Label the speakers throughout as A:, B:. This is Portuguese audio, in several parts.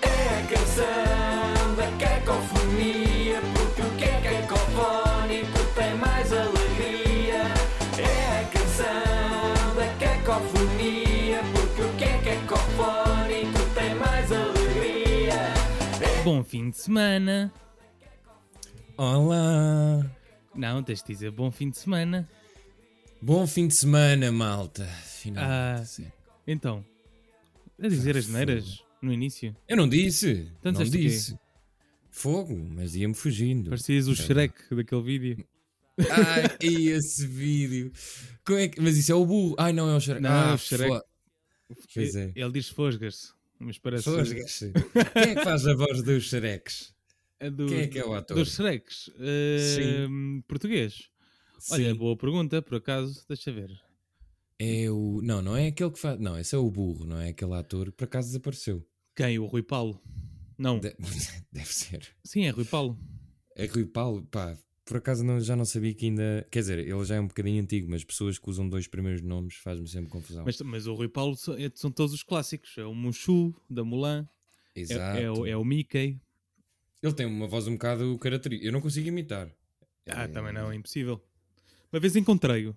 A: é É é
B: Bom fim de semana.
C: Olá!
B: Não, tens de dizer bom fim de semana.
C: Bom fim de semana, malta! Finalmente.
B: Ah.
C: sim.
B: Então, a dizer as neiras no início.
C: Eu não disse!
B: Então
C: não
B: disseste o quê?
C: disse! Fogo, mas ia-me fugindo.
B: Parecias
C: é.
B: o Shrek daquele vídeo.
C: Ai, e esse vídeo! Como é que... Mas isso é o burro! Ai, não, é o Shrek!
B: Não,
C: ah,
B: é o Shrek.
C: fo- Pois é.
B: Ele diz fosgas, mas parece
C: Fosgas. Quem é que faz a voz dos Shreks?
B: a do-
C: Quem é que é o ator?
B: dos Shreks. Ahm, português. Olha,
C: Sim.
B: boa pergunta, por acaso, deixa ver.
C: É o... Não, não é aquele que faz... Não, esse é o burro, não é aquele ator que por acaso desapareceu.
B: Quem? O Rui Paulo? Não.
C: De- Deve ser.
B: Sim, é Rui Paulo.
C: É Rui Paulo, pá, por acaso não- já não sabia que ainda. Quer dizer, ele já é um bocadinho antigo, mas pessoas que usam dois primeiros nomes faz-me sempre confusão.
B: Mas, mas o Rui Paulo são, é- são todos os clássicos. É o Mushu, da Mulan. É,
C: Exato.
B: é o, é o Mickey.
C: Ele tem uma voz um bocado característica. Eu não consigo imitar.
B: Ah,
C: É-
B: também não, é impossível. Uma vez encontrei-o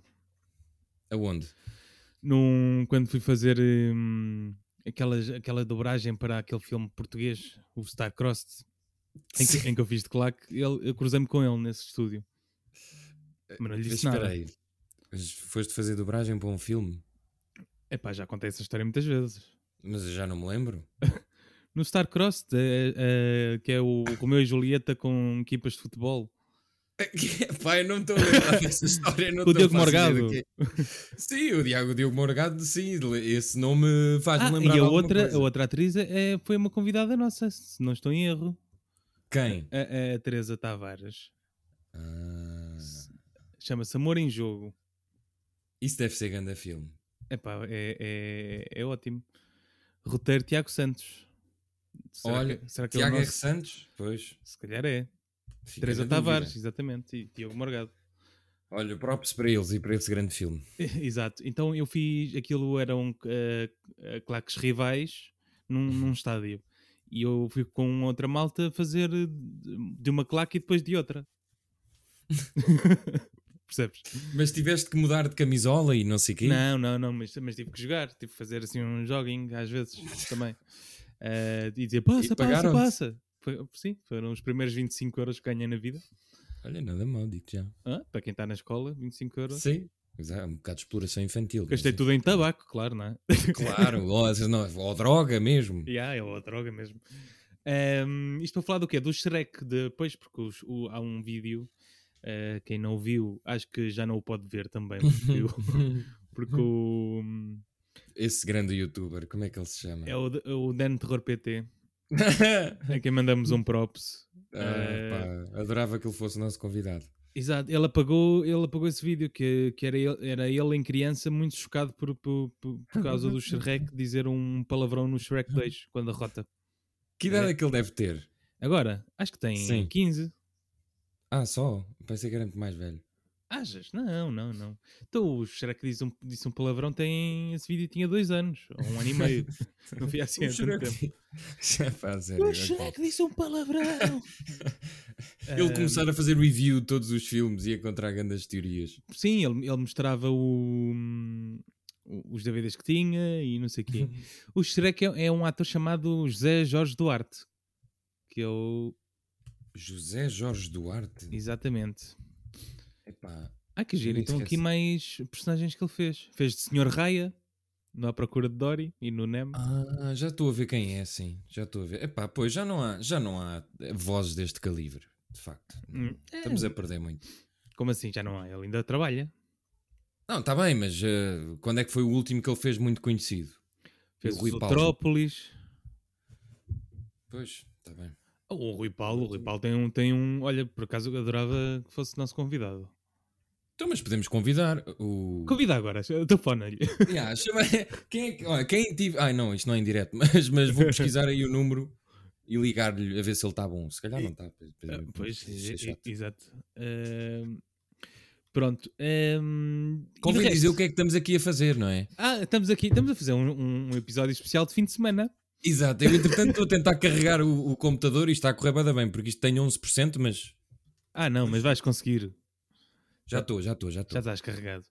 C: Aonde?
B: num- quando fui fazer hum, aquelas, aquela dobragem para aquele filme português, o Star Crossed, em que, em que eu fiz de claque. Ele, eu cruzei-me com ele nesse estúdio. Mas não lhe
C: Eh, Mas
B: disse
C: Espera
B: nada.
C: aí. Mas foste fazer dobragem para um filme,
B: Epá, já contei essa história muitas vezes.
C: mas eu já não me lembro.
B: No Star Crossed, é- é- que é o Romeu e Julieta com equipas de futebol.
C: Pai, eu não me estou a lembrar dessa história. Não
B: O
C: estou
B: Diogo
C: a fazer
B: Morgado.
C: ideia do que é. Sim, o Diogo, o Diogo Morgado, sim. Esse nome faz-me
B: Ah,
C: lembrar.
B: e a
C: alguma
B: outra,
C: coisa.
B: a outra atriz é, foi uma convidada nossa, se não estou em erro.
C: Quem?
B: A, a Teresa Tavares.
C: Ah,
B: Chama-se Amor em Jogo.
C: isso deve ser grande filme.
B: Epá, é, é, é ótimo. Roteiro Tiago Santos. Será
C: Olha,
B: que, será que é o
C: Tiago R.
B: nosso?
C: Santos? Pois.
B: Se calhar é.
C: Fica
B: Teresa
C: na dúvida.
B: Tavares, exatamente. E Tiago Morgado.
C: Olha, próprios para eles e para esse grande filme.
B: Exato. Então eu fiz aquilo, eram eh, eh, claques rivais num, num estádio. E eu fui com outra malta fazer eh, de uma claque e depois de outra. Percebes?
C: Mas tiveste que mudar de camisola e não sei o quê?
B: Não, não, não, mas, mas tive que jogar, tive que fazer assim um jogging às vezes também. Eh, e dizer passa, passa,
C: pagaram-te?
B: passa. Foi- sim, foram os primeiros 25 euros que ganhei na vida.
C: Olha, nada mal, digo já.
B: Hã? para quem está na escola, 25 euros.
C: Sim. Mas há um bocado de exploração infantil.
B: Gastei
C: mas
B: tudo em tabaco, claro, não é?
C: é- Claro, ou, às vezes não- ou droga mesmo.
B: yeah, é uma droga mesmo. Ehm, isto para falar do quê? Do Shrek depois, porque os- o- há um vídeo. eh, quem não viu, acho que já não o pode ver também, porque, o- porque o,
C: Esse grande youtuber, como é que ele se chama?
B: é o, é o Dan Terror PT, a quem mandamos um props.
C: Ah, pá, adorava que ele fosse o nosso convidado.
B: Exato, ele apagou, ele apagou esse vídeo que, que era, ele, era ele em criança muito chocado por, por, por, por causa do Shrek dizer um palavrão no Shrek
C: Hum.
B: 2 quando derrota.
C: Que idade é que ele deve ter?
B: Agora, acho que tem
C: Sim.
B: 15.
C: Ah, só? Pensei que era muito mais velho.
B: Achas? Não, não, não. Então o Shrek diz um, disse um palavrão, tem esse vídeo tinha dois anos, ou um ano e meio. Não foi assim há
C: O
B: tanto tempo.
C: Shrek- Já faz sério.
B: O
C: ok.
B: Shrek disse um palavrão! Eh,
C: Ele começar a fazer review de todos os filmes e a encontrar grandes teorias.
B: Sim, ele, ele mostrava o- o- os DVDs que tinha e não sei o quê. o Shrek é, é um ator chamado José Jorge Duarte. Que é eu.
C: José Jorge Duarte.
B: Exatamente.
C: Epá,
B: Ah, que giro.
C: nem
B: Então aqui
C: esquece.
B: mais personagens que ele fez. Fez de Senhor Raya, no À Procura de Dory e no Nemo.
C: Ah, já estou a ver quem é, sim. Já estou a ver. Epá, pois já não há, já não há eh, vozes deste calibre, de facto.
B: Hum, é,
C: Estamos a perder muito.
B: Como assim? Já não há? Ele ainda trabalha.
C: Não, está bem, mas eh, quando é que foi o último que ele fez muito conhecido?
B: Fez
C: o
B: o
C: Rui Paulo.
B: Zootrópolis.
C: Pois, está bem.
B: Oh, o Rui Paulo. O Rui Paulo tem um, tem um. Olha, por acaso eu adorava que fosse nosso convidado.
C: Então, mas podemos convidar o.
B: Convida agora, telefona-lhe.
C: Yeah, chama- quem é que. Olha, quem tive. Ai, não, isto não é em direto, mas, mas vou pesquisar aí o número e ligar-lhe a ver se ele está bom. Se calhar não está.
B: Ah, Pois,
C: isso é
B: e-
C: chato.
B: e- exato. Ahm, pronto. ahm, e do
C: Convém dizer
B: resto?
C: o que é que estamos aqui a fazer, não é?
B: Ah, estamos aqui, estamos a fazer um, um episódio especial de fim de semana.
C: Exato, eu entretanto estou a tentar carregar o, o computador e está a correr bada bem, porque isto tem 11%, mas
B: Ah, não, mas vais conseguir.
C: já estou, já estou, já
B: Já
C: estou.
B: estás carregado.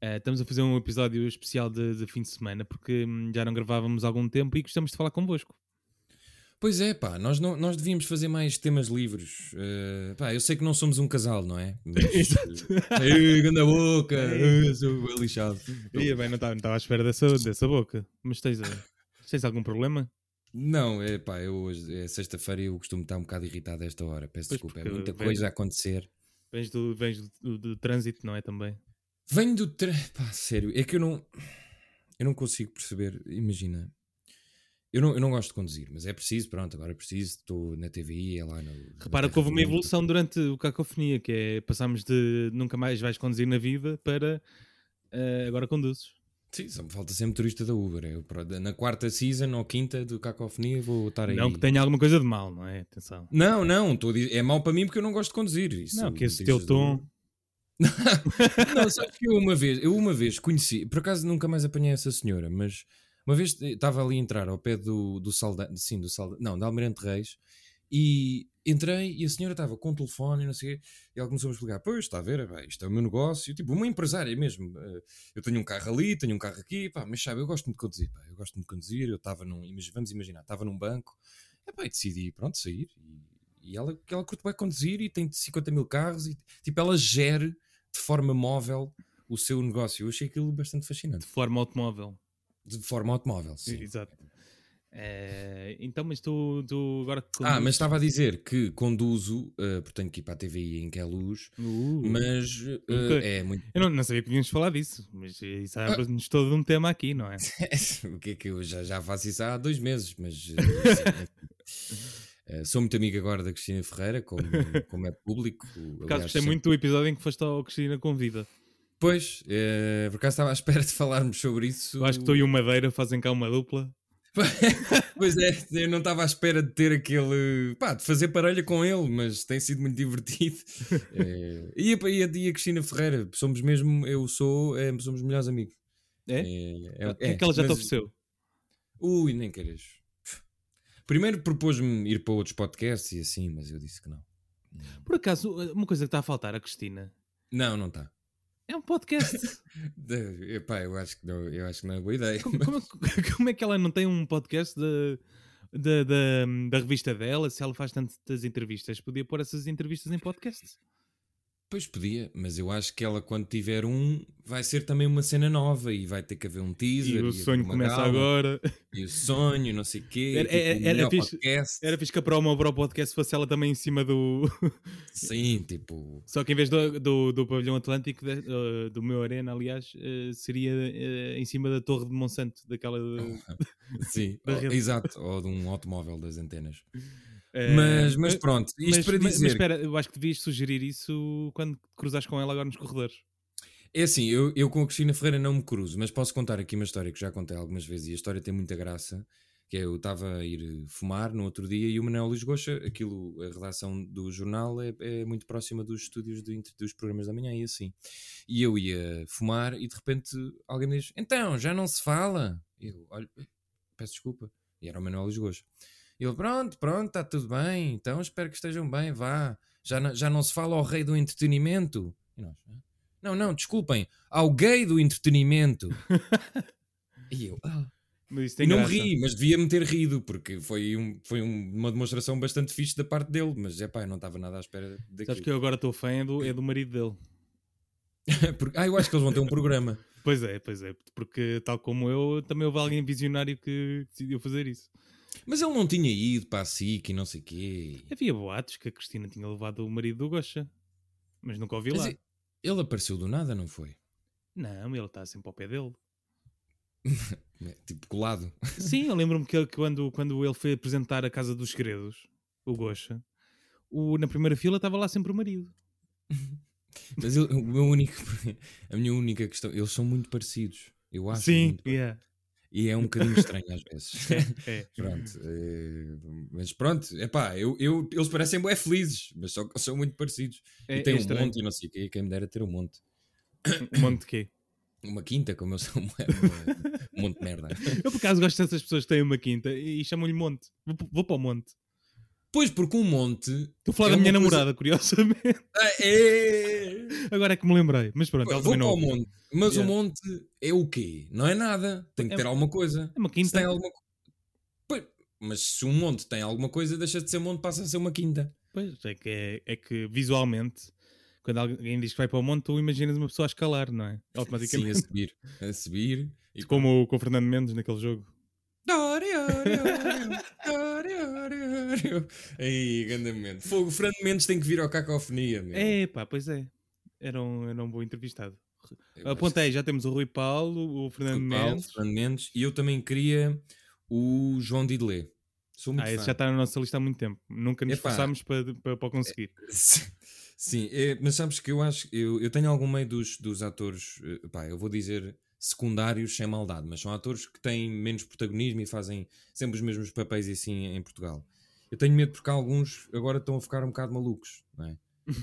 B: Ah, estamos a fazer um episódio especial de, de fim de semana porque hum, já não gravávamos há algum tempo e gostamos de falar convosco.
C: Pois é, pá, nós, não, nós devíamos fazer mais temas livres. Eh, pá, eu sei que não somos um casal, não é? Mas,
B: Exato. É
C: Ei, ganda boca, eh, sou bué lixado.
B: Ia bem, não estava não tava à espera dessa, dessa boca. Mas tens, eh, tens algum problema?
C: Não, é pá, eu hoje, é sexta-feira e eu costumo estar um bocado irritado a esta hora, peço
B: Pois,
C: desculpa, é
B: porque
C: muita
B: vem-
C: coisa a acontecer.
B: Vens do, vens do, do- do trânsito, não é? Também.
C: Venho do tra... Pá, sério, é que eu não... Eu não consigo perceber, imagina... Eu não, eu não gosto de conduzir, mas é preciso, pronto, agora é preciso, estou na TVI, é lá no... na
B: Repara que houve uma
C: Terra do Mundo.
B: evolução durante o Cacofonia, que é passámos de nunca mais vais conduzir na vida para eh, agora conduzes.
C: Sim, só me falta ser motorista da Uber. Eu, pro- na quarta season ou quinta do Cacofonia vou estar aí.
B: Não que tenha alguma coisa de mal, não é? Atenção.
C: Não, não, tô a dizer- é mau para mim porque eu não gosto de conduzir. Isso,
B: não, que esse
C: motoristas
B: teu
C: da
B: tom.
C: Não, sabes que eu uma vez, eu uma vez conheci, por acaso nunca mais apanhei essa senhora, mas uma vez estava ali a entrar ao pé do, do Saldanha, sim, do Saldanha, não, da Almirante Reis, e entrei e a senhora estava com o telefone, não sei o quê, e ela começou a explicar, pois, está a ver, pá, isto é o meu negócio, tipo, uma empresária mesmo, eh, eu tenho um carro ali, tenho um carro aqui, pá, mas sabe, eu gosto muito de conduzir, pá, eu gosto muito de conduzir, eu estava num, imagi- vamos imaginar, estava num banco, é pá, e decidi, pronto, sair, e, e ela, ela curte bem conduzir e tem 50 mil carros, e tipo, ela gere de forma móvel o seu negócio. Eu achei aquilo bastante
B: de
C: fascinante.
B: forma automóvel.
C: De forma automóvel, sim.
B: Exato. Eh, então, mas tu, tu agora que
C: Ah, mas
B: conduzes-
C: estava a dizer que conduzo, uh, porque tenho que ir para a TVI em que é luz,
B: Uh,
C: mas uh,
B: Ok.
C: é muito.
B: Eu não, não sabia que devíamos falar disso, mas isso
C: Ah.
B: abre-nos todo um tema aqui, não é?
C: o que é que eu já, já faço isso há dois meses, mas. uh, sim. Uh, sou muito amigo agora da Cristina Ferreira, como, como é público.
B: Por
C: aliás,
B: acaso gostei
C: sempre-
B: muito do episódio em que foste ao Cristina Convida.
C: Pois, uh, por acaso estava à espera de falarmos sobre isso.
B: Eu acho que tu e o Madeira fazem cá uma dupla.
C: Pois é, eu não estava à espera de ter aquele. pá, de fazer parelha com ele, mas tem sido muito divertido. Eh, e, a, e, a, e a Cristina Ferreira, somos mesmo, eu sou, eh, somos melhores amigos.
B: É?
C: Eh,
B: o que é que ela já te
C: mas-
B: ofereceu?
C: Ui, nem queres. Primeiro propôs-me ir para outros podcasts e assim, mas eu disse que não.
B: Por acaso, uma coisa que está a faltar a Cristina
C: Não, não está.
B: é um podcast.
C: Epá, eu acho, que não, eu acho que não é boa ideia.
B: como, como é- como é que ela não tem um podcast da, da, da, da revista dela? Se ela faz tantas entrevistas, podia pôr essas entrevistas em podcast.
C: Pois podia, mas eu acho que ela, quando tiver um, vai ser também uma cena nova e vai ter que haver um
B: E
C: teaser.
B: o
C: haver
B: sonho
C: uma
B: começa
C: gala.
B: agora.
C: E o sonho, não sei o quê.
B: Era-
C: tipo,
B: era-
C: o
B: era
C: melhor
B: fixe-
C: podcast.
B: Era fixe que a promo para o podcast fosse ela também em cima do.
C: Sim, tipo.
B: Só que em vez do, do, do pavilhão atlântico, de- eh, do meu arena, aliás, eh, seria eh, em cima da torre de Monsanto, daquela. de-
C: Sim,
B: Da
C: ou-
B: rede.
C: exato. Ou de um automóvel das antenas.
B: eh,
C: mas, mas pronto, isto
B: mas-
C: para
B: mas- mas
C: dizer.
B: espera, eu acho que devias sugerir isso quando cruzares com ela agora nos corredores.
C: É assim, eu, eu com a Cristina Ferreira não me cruzo, mas posso contar aqui uma história que já contei algumas vezes e a história tem muita graça. Que é, eu estava a ir fumar no outro dia e o Manuel Luís Goxa, aquilo, a redação do jornal é, é muito próxima dos estúdios do inter- dos programas da manhã e assim. E eu ia fumar e de repente alguém me diz: Então, já não se fala? Eu, olha, peço desculpa. E era o Manuel Luís Goxa. Ele, pronto, pronto, está tudo bem, então espero que estejam bem, vá. Já não, já não se fala ao rei do entretenimento. E nós, "Ah, "Hã? não, não, desculpem, ao gay do entretenimento. e eu, ah.
B: Mas isso
C: E
B: tem
C: não me
B: graça.
C: ri, mas devia-me ter rido, porque foi, um, foi um- uma demonstração bastante fixe da parte dele, mas é pá, eu não estava nada à espera
B: Sabes
C: daquilo.
B: que eu agora estou fã é do, é do marido dele.
C: Porque- ah, eu acho que eles vão ter um programa.
B: Pois é, pois é, porque tal como eu, também houve alguém visionário que decidiu fazer isso.
C: Mas ele não tinha ido para a SIC e não sei o quê.
B: Havia boatos que a Cristina tinha levado o marido do Gocha, mas nunca ouvi
C: Mas
B: lá.
C: e- ele apareceu do nada, não foi?
B: Não, ele está sempre ao pé dele.
C: É, Tipo, colado.
B: Sim, eu lembro-me que ele- que quando, quando ele foi apresentar a Casa dos Segredos, o Gocha, o, na primeira fila estava lá sempre o marido.
C: Mas eu- o meu único, a minha única questão, eles são muito parecidos. Eu acho.
B: Sim,
C: muito.
B: yeah,
C: E é um bocadinho estranho às vezes.
B: é.
C: pronto. eh,
B: Uhum.
C: mas pronto, é pá, eu, eu, eles parecem bem felizes, mas só que são muito parecidos.
B: É-
C: e tem
B: é
C: um
B: estranho.
C: monte e não sei o quê. Quem me dera ter um monte.
B: Um monte de quê?
C: Uma quinta, como eu sou uma, uma- um monte de merda.
B: Eu por acaso gosto dessas pessoas que têm uma quinta e e chamam-lhe monte. Vou, p- vou para o monte.
C: Pois, porque um monte.
B: Estou a falar
C: É
B: da minha
C: uma coisa-
B: namorada, curiosamente.
C: Ah, é...
B: Agora é que me lembrei. Mas pronto, ela
C: Vou
B: também não.
C: para o
B: ouve.
C: monte. Mas
B: Yeah.
C: o monte é o quê? Não é nada. Tem que
B: É-
C: ter alguma coisa.
B: É uma
C: Se tem
B: quinta.
C: alguma co- Pois, Mas se um monte tem alguma coisa, deixa de ser um monte, passa a ser uma quinta.
B: Pois, é que, é, é que visualmente, quando alguém diz que vai para o monte, tu imaginas uma pessoa a escalar, não é?
C: Sim, a
B: Automaticamente.
C: subir. A subir. E
B: Como com o Fernando Mendes naquele jogo.
C: Dori, ori, ori, ori, ori, ori. Aí, grande momento. Fogo, o Fernando Mendes tem que vir ao Cacofonia, meu.
B: É, pá, pois é. Era um, era um bom entrevistado.
C: Eu acho é
B: Apontei, já temos o Rui Paulo, o
C: que
B: Fernando
C: Rui Paulo,
B: Mendes. Ah,
C: Fernando Mendes. E eu também queria o João Didelé. Sou muito
B: Ah, esse
C: fã.
B: já está na nossa lista há muito tempo. Nunca nos
C: Epá. É.
B: esforçámos para, para, para o conseguir.
C: Sim, é, mas sabes que eu acho eu, eu tenho algum meio dos, dos atores, eh, pá, eu vou dizer secundários sem maldade, mas são atores que têm menos protagonismo e fazem sempre os mesmos papéis e assim em Portugal. Eu tenho medo porque alguns agora estão a ficar um bocado malucos, não é?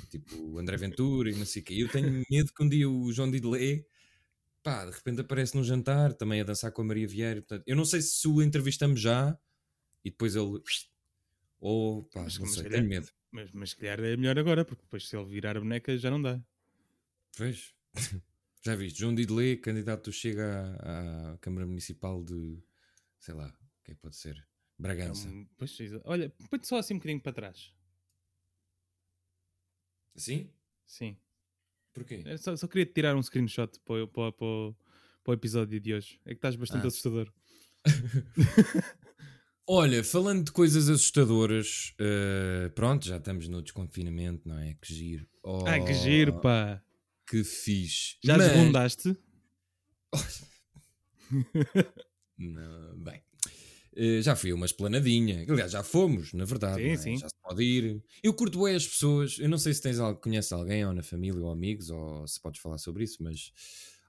C: Tipo o André Ventura e não sei o quê. Eu tenho medo que um dia o João Didelé, pá, de repente aparece num jantar, também a dançar com a Maria Vieira. Portanto, eu não sei se o entrevistamos já e depois ele. Ou, pá,
B: Mas
C: não
B: se
C: sei,
B: calhar-
C: tenho medo.
B: Mas, mas se calhar é melhor agora, porque depois se ele virar a boneca já não dá.
C: Pois. Já viste, João Didelé, candidato do Chega à, à Câmara Municipal de, sei lá, o que é que pode ser?
B: É
C: Bragança.
B: um- pois, exa- olha, põe-te só assim um bocadinho para trás.
C: Sim?
B: Sim.
C: Porquê?
B: Era Só, só queria tirar um screenshot para, o- para, o- para, o- para o episódio de hoje. É que estás bastante
C: Ah.
B: assustador.
C: Olha, falando de coisas assustadoras, eh, pronto, já estamos no desconfinamento, não é? Que giro. Oh,
B: Ah, que giro, pá.
C: Que fixe.
B: Já
C: Mas-
B: desbundaste?
C: Não, bem. Eh, já fui a uma esplanadinha. Aliás, já fomos, na verdade.
B: Sim,
C: não é?
B: sim.
C: Já se pode ir. Eu curto bem as pessoas. Eu não sei se tens al- conheces alguém, ou na família, ou amigos, ou se podes falar sobre isso, mas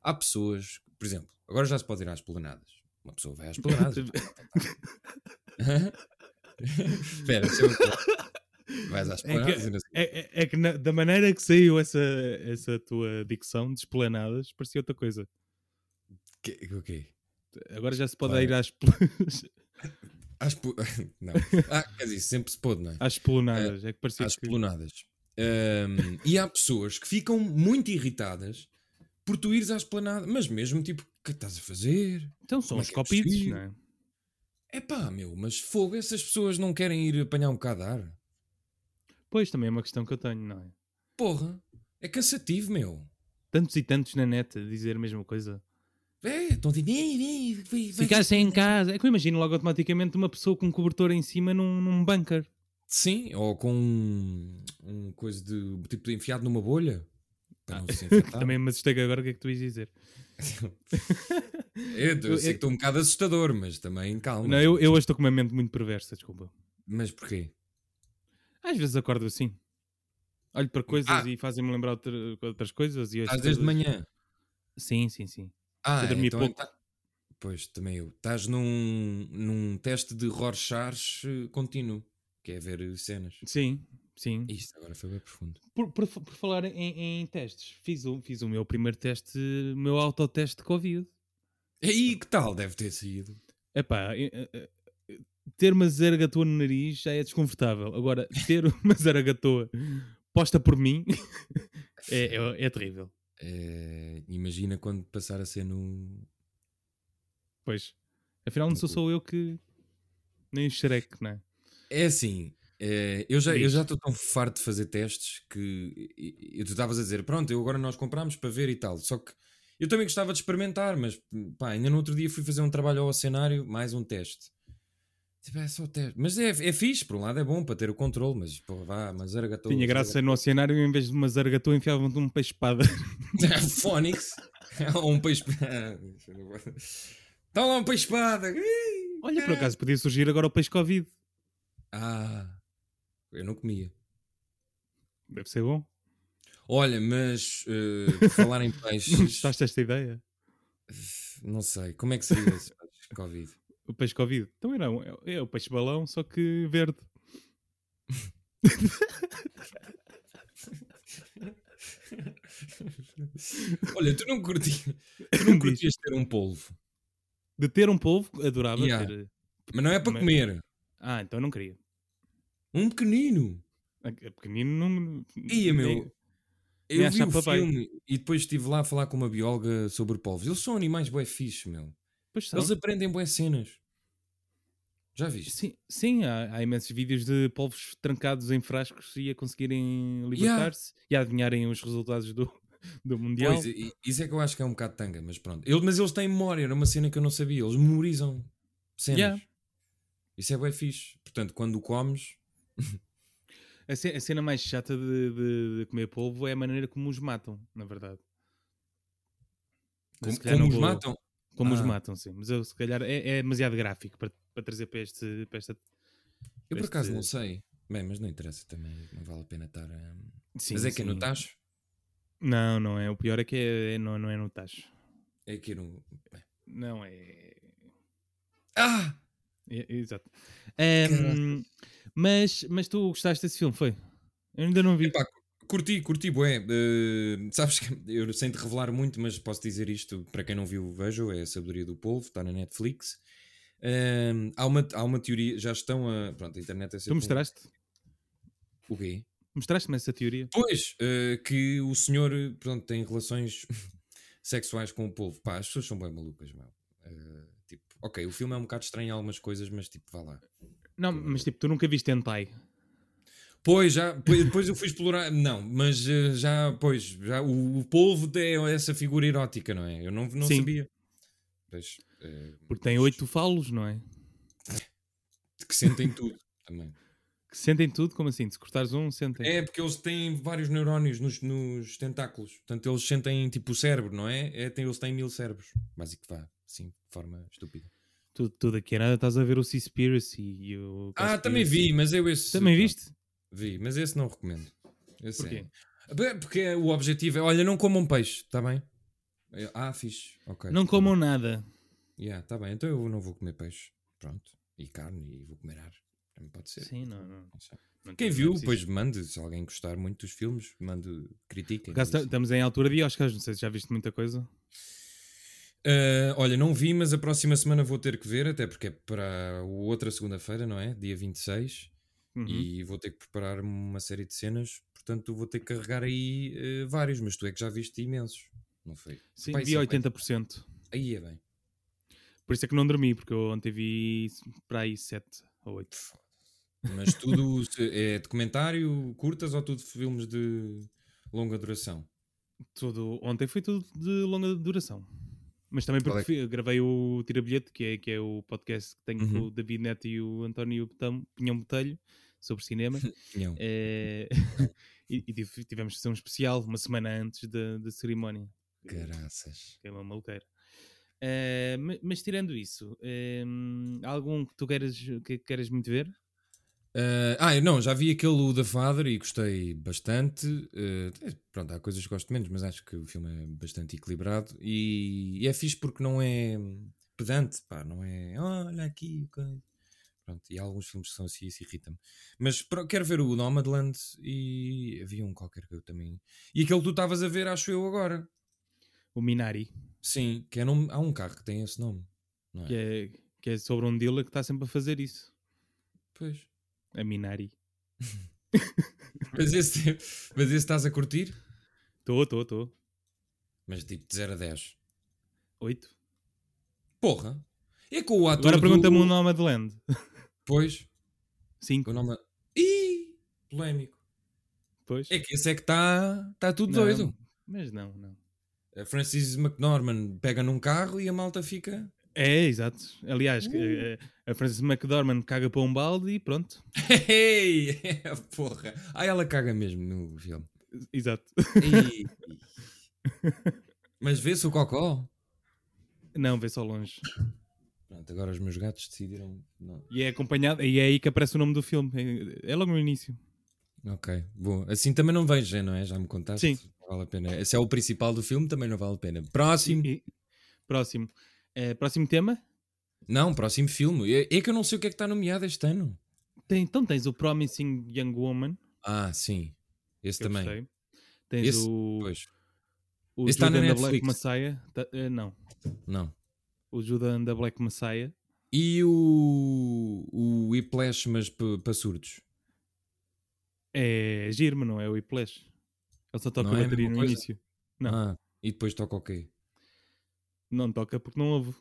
C: há pessoas, por exemplo, agora já se pode ir às esplanadas. Uma pessoa vai às esplanadas. Hã? Espera, deixa eu ver. Vais às esplanadas e não sei-
B: É, é- é que na- da maneira que saiu essa, essa tua dicção de esplanadas, parecia outra coisa.
C: que- que- o quê?
B: Agora já se pode
C: Claro.
B: ir às, espl-
C: Às pl- Não. Ah, quer dizer, sempre se pôde, não é?
B: às esplanadas. É que parecia
C: às
B: que...
C: esplanadas. Ahm, e há pessoas que ficam muito irritadas por tu ires à esplanada, mas mesmo tipo, o que é que estás a fazer?
B: Então são
C: Como é
B: os
C: que é
B: copitos,
C: possível?
B: não é?
C: É pá, meu, mas fogo, essas pessoas não querem ir apanhar um bocado de ar.
B: Pois, também é uma questão que eu tenho, não é?
C: Porra, é cansativo, meu.
B: Tantos e tantos na net a dizer a mesma coisa.
C: É, estão tipo, "Ei, ei, vai- vai-
B: Ficaste em casa. É que eu imagino logo automaticamente uma pessoa com um cobertor em cima num, num bunker.
C: Sim, ou com um, um coisa de tipo de enfiado numa bolha para não se infectar.
B: Também me assustei agora, o que é que tu ias dizer?
C: Eu, eu
B: Eu-
C: sei que estou um bocado assustador, mas também calma.
B: Não, eu, eu hoje estou com uma mente muito perversa, desculpa.
C: Mas porquê?
B: Às vezes acordo assim. Olho para coisas
C: Ah.
B: e fazem-me lembrar outra- outras coisas. E ouço
C: Estás desde de
B: coisas.
C: manhã.
B: Sim, sim, sim.
C: Ah,
B: Eu dormi
C: então
B: pouco.
C: tá- Pois, também eu. Estás num, num teste de Rorschach eh, contínuo, que é ver eh, cenas.
B: Sim, sim.
C: Isto agora foi bem profundo.
B: Por, por, por falar em, em testes, fiz o, fiz o meu primeiro teste, o meu autoteste de Covid.
C: E aí, que tal deve ter saído?
B: Epá, eh, eh, eh, ter uma zaragatua no nariz já é desconfortável. Agora, ter uma zaragatua posta por mim é, é, é terrível.
C: Eh, imagina quando passar a ser no...
B: Pois, afinal não sou
C: Uhum.
B: só eu que... Nem o Shrek, não é?
C: É assim, eh, eu já eu
B: Diz.
C: já estou tão farto de fazer testes que e- e tu estavas a dizer, pronto, eu agora nós comprámos para ver e tal. Só que eu também gostava de experimentar, mas hum, pá, ainda no outro dia fui fazer um trabalho ao cenário, mais um teste. Tipo, é só teste. Mas é, é fixe, por um lado é bom para ter o controle, mas pô, vá, mas era gatou.
B: Tinha graça no oceanário em vez de uma zaragatua enfiavam-te um peixe-espada.
C: É, Fónix. Ou um peixe. Está lá um peixe espada.
B: Olha, por acaso podia surgir agora o peixe-Covid.
C: Ah, eu não comia.
B: Deve ser bom.
C: Olha, mas eh, por falar em peixes,
B: Gostaste desta ideia?
C: não sei, como é que seria esse peixe de Covid?
B: O peixe-Covid. Então era um- é, é o peixe-balão, só que verde.
C: Olha, tu não curtias, tu não
B: Diz.
C: curtias ter um polvo,
B: De ter um polvo, adorava
C: Yeah.
B: ter...
C: mas não é para
B: Mas-
C: comer,
B: Ah, então não queria.
C: um pequenino.
B: A- a Pequenino não. nem-
C: Ia, meu.
B: nem
C: Eu vi
B: achar
C: o
B: papai.
C: filme e depois estive lá a falar com uma bióloga sobre polvos. Eles são animais bué fixe, meu.
B: Pois são.
C: Eles aprendem bué cenas. Já viste?
B: Sim, sim há, há imensos vídeos de polvos trancados em frascos e a conseguirem libertar-se e a adivinharem os resultados do, do Mundial.
C: Pois, i- isso é que eu acho que é um bocado tanga, mas pronto. Ele- mas eles têm memória, era uma cena que eu não sabia. Eles memorizam cenas.
B: Yeah.
C: Isso é bem fixe. Portanto, quando o comes,
B: A, ce- a cena mais chata de, de- de comer polvo é a maneira como os matam, na verdade. Mas
C: como,
B: se calhar
C: como
B: não
C: os
B: vou-
C: matam,
B: Como os
C: Ah.
B: matam, sim. Mas eu, se calhar é, é demasiado gráfico para, para trazer para, este, para esta.
C: eu por
B: Este-
C: acaso não sei. Bem, mas não interessa também, não vale a pena estar. a-
B: Sim,
C: mas é que é no
B: sim.
C: tacho?
B: Não, não é. O pior é que é, é- não, não é no tacho.
C: É aqui no. bem.
B: Não é.
C: Ah!
B: é- é- exato. Ahm, mas, mas tu gostaste desse filme, foi? Eu ainda não vi.
C: Epá, curti, curti, bué. Eh, sabes que eu sem te revelar muito, mas posso dizer isto para quem não viu, vejo, é a Sabedoria do Polvo, está na Netflix. Eh, há, uma, há uma teoria, já estão a. Pronto, a internet é sempre.
B: tu
C: um-
B: mostraste?
C: O quê?
B: Mostraste-me essa teoria?
C: Pois, eh, que o senhor eh, pronto, tem relações sexuais com o polvo. Pá, as pessoas são bem malucas, meu. Eh, tipo, ok, o filme é um bocado estranho em algumas coisas, mas tipo, vá lá.
B: Não,
C: Hum.
B: mas tipo, tu nunca viste Hentai.
C: Pois, já, pois- depois eu fui explorar, não, mas eh, já, pois, já, o, o polvo é essa figura erótica, não é? Eu não, não
B: Sim.
C: sabia. Pois, eh,
B: Porque tem oito falos, não é?
C: que sentem tudo também.
B: Que sentem tudo, como assim? Se cortares um, sentem.
C: É porque eles têm vários neurónios nos, nos tentáculos, portanto eles sentem tipo o cérebro, não é? é tem, eles têm mil cérebros, básico vá, sim, de forma estúpida.
B: Tudo, tudo aqui era. Estás a ver o Seaspiracy e o.
C: Ah,
B: Conspiracy.
C: também vi, mas eu esse.
B: Também
C: pronto,
B: viste?
C: Vi, mas esse não recomendo. Esse
B: Porquê?
C: é- Bem, Porque o objetivo é, olha, não comam peixe, está bem? Eu- Ah, fixe, ok.
B: Não comam nada.
C: Yeah, tá bem, então eu não vou comer peixe. Pronto. E carne, e vou comer ar. Também pode ser.
B: Sim, não, não.
C: Não sei.
B: Não tem-
C: Quem
B: não é
C: viu,
B: preciso.
C: pois mande. Se alguém gostar muito dos filmes, mande, critiquem.
B: Por acaso, tá-
C: isso.
B: ta- estamos em altura de Oscars, não sei se já viste muita coisa.
C: Ah, olha, não vi, mas a próxima semana vou ter que ver, até porque é para a outra segunda-feira, não é? Dia 26.
B: Uhum.
C: E vou ter que preparar uma série de cenas, portanto vou ter que carregar aí eh, vários, mas tu é que já viste imensos, não foi?
B: Sim,
C: Pá,
B: vi
C: isso é bem-
B: 80%.
C: Aí é bem.
B: Por isso é que não dormi, porque eu ontem vi para aí 7 ou 8.
C: Mas tudo se- é documentário, curtas ou tudo filmes de longa duração?
B: Tudo, ontem foi tudo de longa duração. Mas também
C: Qual
B: porque
C: é
B: fui- gravei o Tira Bilhete, que é, que é o podcast que tenho com
C: Uhum.
B: o David Neto e o António Betão- Pinhão Botelho sobre cinema.
C: Não.
B: Eh, e, e tive- tivemos de fazer um especial uma semana antes da, da cerimónia.
C: Caraças.
B: que é uma maluqueira. Eh, ma- mas tirando isso, eh, há algum que tu queiras, que queiras muito ver?
C: Ah, ah, eu não, já vi aquele o The Father e gostei bastante. Ah, eh, pronto, há coisas que gosto menos, mas acho que o filme é bastante equilibrado e, e é fixe porque não é pedante, pá, não é olha aqui. coisa." Pronto, e há alguns filmes que são assim, isso irrita-me. Mas pro- quero ver o Nomadland e havia um qualquer que eu também. E aquele que tu estavas a ver, acho eu agora.
B: O Minari,
C: Sim, que é nome- há um carro que tem esse nome, não é?
B: que é, que é sobre um dealer que está sempre a fazer isso.
C: Pois.
B: A Minari.
C: Mas esse, mas esse estás a curtir?
B: Estou, estou, estou.
C: Mas tipo de 0 a 10.
B: Oito.
C: Porra! É com o ator.
B: Agora
C: do-
B: pergunta-me o nome de Land.
C: Pois,
B: Cinco.
C: o nome. Ih! Polémico.
B: Pois.
C: É que esse é que está tá tudo
B: Não,
C: doido.
B: Mas não, não.
C: A Francis McNorman pega num carro e a malta fica.
B: É, exato.
C: Hum.
B: Aliás, que- a, a Frances McDormand caga para um balde e pronto.
C: Ei! Porra! Ah, ela caga mesmo no filme.
B: Exato.
C: Ei. Mas vê-se o Cocó.
B: Não, vê só longe.
C: Pronto, agora os meus gatos decidiram. Não.
B: E é acompanhado, e é aí que aparece o nome do filme. É, é logo no início.
C: Ok, bom. Assim também não vejo, não é? Já me contaste.
B: Sim.
C: Não vale a pena. Esse é o principal do filme, também não vale a pena. Próximo.
B: E- próximo. Eh, próximo tema?
C: Não, próximo filme. É, é que eu não sei o que é que está nomeado este ano.
B: Tem- então tens o Promising Young Woman.
C: Ah, sim. Esse
B: que eu
C: também.
B: gostei. Tens
C: Esse-
B: o,
C: Pois.
B: o
C: esse tá
B: Judas and
C: na
B: the Black
C: Netflix.
B: Messiah. Tá- eh, não.
C: Não.
B: O Judas and the Black Messiah.
C: E o. O Whiplash, mas pa- para surdos.
B: É Girma, não é o Whiplash. Ele só toca
C: Não é a
B: bateria
C: mesma
B: no
C: coisa?
B: início. Não.
C: Ah, e depois toca o quê? Ah.
B: Não toca porque não ouve.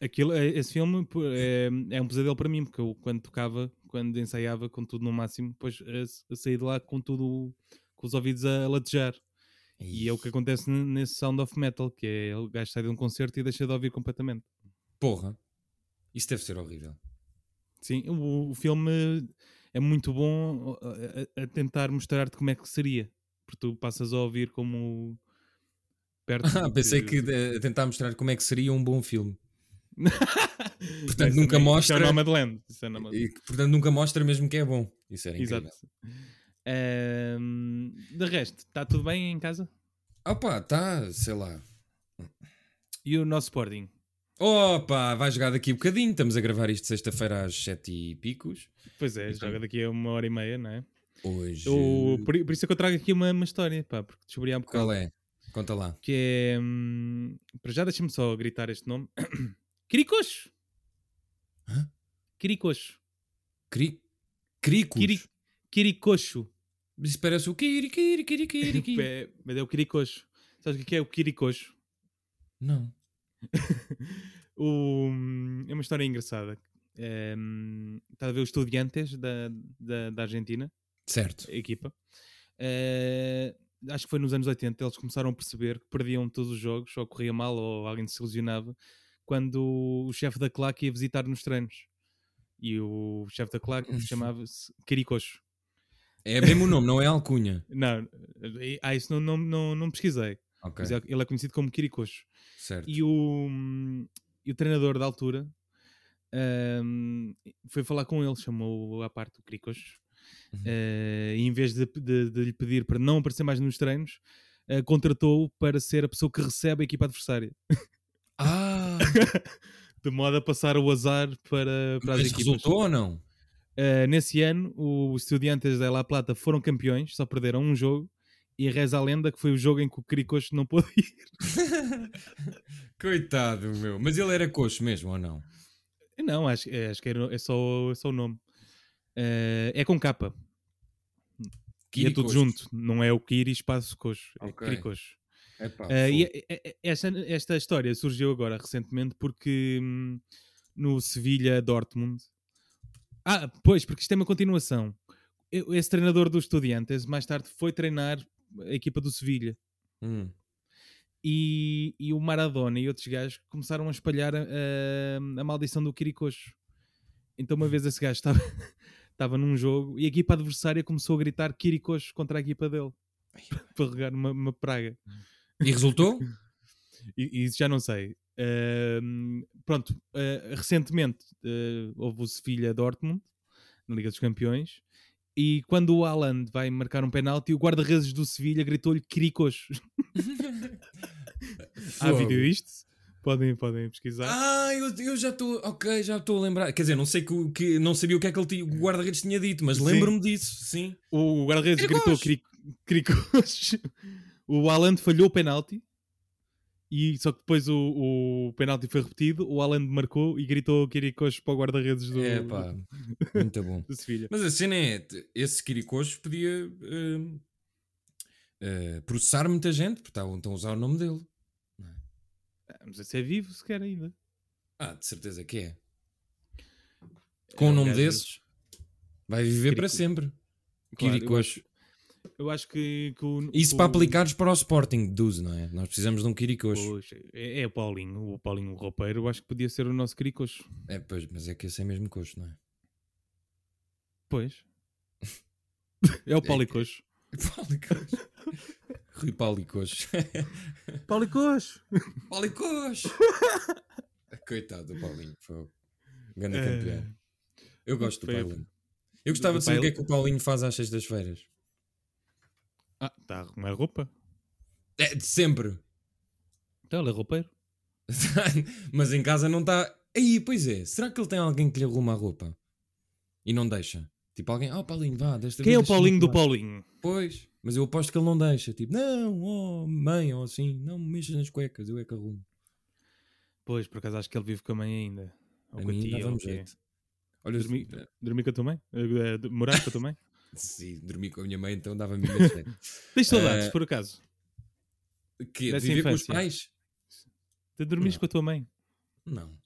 B: Aquilo, é- esse filme pô, é, é um pesadelo para mim, porque eu quando tocava, quando ensaiava com tudo no máximo, depois eh, s- saí de lá com tudo, com os ouvidos a latejar. E é o que acontece n- nesse Sound of Metal, que é o gajo sai de um concerto e deixa de ouvir completamente.
C: Porra. Isso deve ser horrível.
B: Sim, o, o filme é muito bom a- a, a tentar mostrar-te como é que seria, porque tu passas a ouvir como perto.
C: Ah,
B: do
C: pensei que eh, a tentar mostrar como é que seria um bom filme.
B: Não, isso
C: nunca
B: também- Isso
C: mostra-
B: é Nomadland. Isso é Nomadland.
C: E, que, portanto, nunca mostra mesmo que é bom. Isso era incrível.
B: Exato. Ahm, de resto, está tudo bem em casa?
C: Opa, tá, sei lá.
B: E o nosso Sporting?
C: Opa, vai jogar daqui a bocadinho. Estamos a gravar isto sexta-feira às sete e picos.
B: Pois é,
C: Então.
B: joga daqui a uma hora e meia, não é?
C: Hoje.
B: Eu- por, i- por isso é que eu trago aqui uma, uma história, pá, porque descobri há bocado.
C: Qual é? Conta lá.
B: Que é. hum, para já, deixa-me só gritar este nome: Quiricocho!
C: Hã?
B: Quiricocho.
C: Cri... Cricos.
B: Quiri- Quiricocho.
C: Isso parece o Kiri, Kiri, Kiri, Kiri. Kiri.
B: É, mas é o Quiricocho. Sabes o que é o Quiricocho?
C: Não.
B: O- é uma história engraçada. É, hum, estás a ver os estudiantes da, da, da Argentina,
C: Certo.
B: a equipa. É, acho que foi nos anos 80. Eles começaram a perceber que perdiam todos os jogos, ou corria mal, ou alguém se ilusionava, quando o chefe da claque ia visitar nos treinos. E o chefe da claque chamava-se Quiricocho.
C: É mesmo o nome, não é alcunha.
B: Não, ah, isso não, não, não, não pesquisei.
C: Ok.
B: Mas ele- ele é conhecido como Quiricocho.
C: Certo.
B: E o, hum, e o treinador da altura ahm, foi falar com ele, chamou à parte o Cricos.
C: Uhum.
B: eh, e em vez de, de- de lhe pedir para não aparecer mais nos treinos, eh, contratou-o para ser a pessoa que recebe a equipa adversária,
C: Ah,
B: de modo a passar o azar para, para as
C: mas
B: equipas.
C: resultou ou não?
B: Eh, nesse ano, o- os estudiantes da La Plata foram campeões, só perderam um jogo. E reza a lenda que foi o jogo em que o Cricos não pôde ir.
C: Coitado meu. Mas ele era coxo mesmo ou não?
B: é Não, acho, é, acho que era- é, só, é só o nome. Eh, é com capa. e é tudo
C: Kirikos.
B: junto, não é o Kiri espaço coxo, é
C: Ok.
B: Kiri coxo.
C: Epá,
B: Ah, e
C: fogo.
B: é- é- é- esta, esta história surgiu agora recentemente porque hum, no Sevilha Dortmund. Ah, pois, porque isto é uma continuação. Eu- Esse treinador do Estudiantes mais tarde foi treinar a equipa do Sevilha
C: Hum.
B: e, e o Maradona e outros gajos começaram a espalhar a, a- a maldição do Quiricocho. Então, uma vez esse gajo estava, estava num jogo e a equipa adversária começou a gritar Quiricocho contra a equipa dele para regar uma, uma praga.
C: E resultou?
B: E, e isso já não sei. Ahm, pronto, ah, recentemente ah, houve o Sevilha Dortmund na Liga dos Campeões. E quando o Haaland vai marcar um penalti, o guarda-redes do Sevilha gritou-lhe Quiricocho. Há
C: Fogo.
B: vídeo disto? Podem, podem pesquisar.
C: Ah, eu, eu já estou, ok, já estou a lembrar. Quer dizer, não sei que, o- que- não sabia o que é que ele tinha- o guarda-redes tinha dito, mas
B: Sim.
C: lembro-me disso, sim.
B: O guarda-redes gritou Cricos. O Haaland falhou o penalti. E só que depois o, o penalti foi repetido. O Haaland marcou e gritou Kirikos para o guarda-redes do,
C: É pá, muito bom.
B: do Sevilha.
C: Mas a cena é, t- esse Kirikos podia hum, eh, processar muita gente, porque estão estão a usar o nome dele.
B: Vamos ver se é vivo sequer ainda.
C: Ah, de certeza que é. Com o
B: um
C: nome
B: gajo-
C: desses, vai viver
B: Kiriko-
C: para sempre.
B: Claro, eu
C: Kirikos.
B: Eu acho que, que o-
C: Isso
B: o-
C: para aplicares para o Sporting, deduz, não é? Nós precisamos de um Kirikos.
B: Pois, é, é o Paulinho, o Paulinho Roupeiro. Eu acho que podia ser o nosso Cricos.
C: É, pois, mas é que esse é mesmo coxo, não é?
B: Pois. É o Paulicos.
C: Paulicos. Rui Paulicos.
B: Paulicos!
C: Paulicos! Coitado do Paulinho, foi grande
B: É.
C: campeão. Eu gosto do
B: Foi-
C: Paulinho. Eu gostava
B: do
C: de saber o que é
B: Paulo-
C: que o Paulinho faz às sextas-feiras.
B: Ah, está a arrumar roupa.
C: É, de sempre.
B: Então ele é roupeiro.
C: Mas em casa não está. Aí, pois é. Será que ele tem alguém que lhe arruma a roupa? E não deixa? Tipo alguém, oh Paulinho, vá, desta
B: Quem é o
C: vez
B: Paulinho
C: deixa-me
B: do
C: arrumar."
B: Paulinho?
C: Pois, mas eu aposto que ele não deixa. Tipo, não, oh mãe, ou assim, não me mexas nas cuecas, eu é que arrumo.
B: Pois, por acaso acho que ele vive com a mãe ainda. Ou
C: A
B: com a
C: mim
B: tia.
C: dava
B: ou
C: um
B: o quê.
C: jeito. Olha,
B: Dormi,
C: se-
B: dormi com a tua mãe? Eh, eh, de- Moraste com a tua mãe?
C: se dormi com a minha mãe, então dava-me imenso jeito.
B: Tens saudades,
C: Eh,
B: por acaso?
C: Que, de
B: Dessa
C: viver com os
B: infância.
C: pais?
B: Tu dormiste
C: não.
B: com a tua mãe?
C: Não.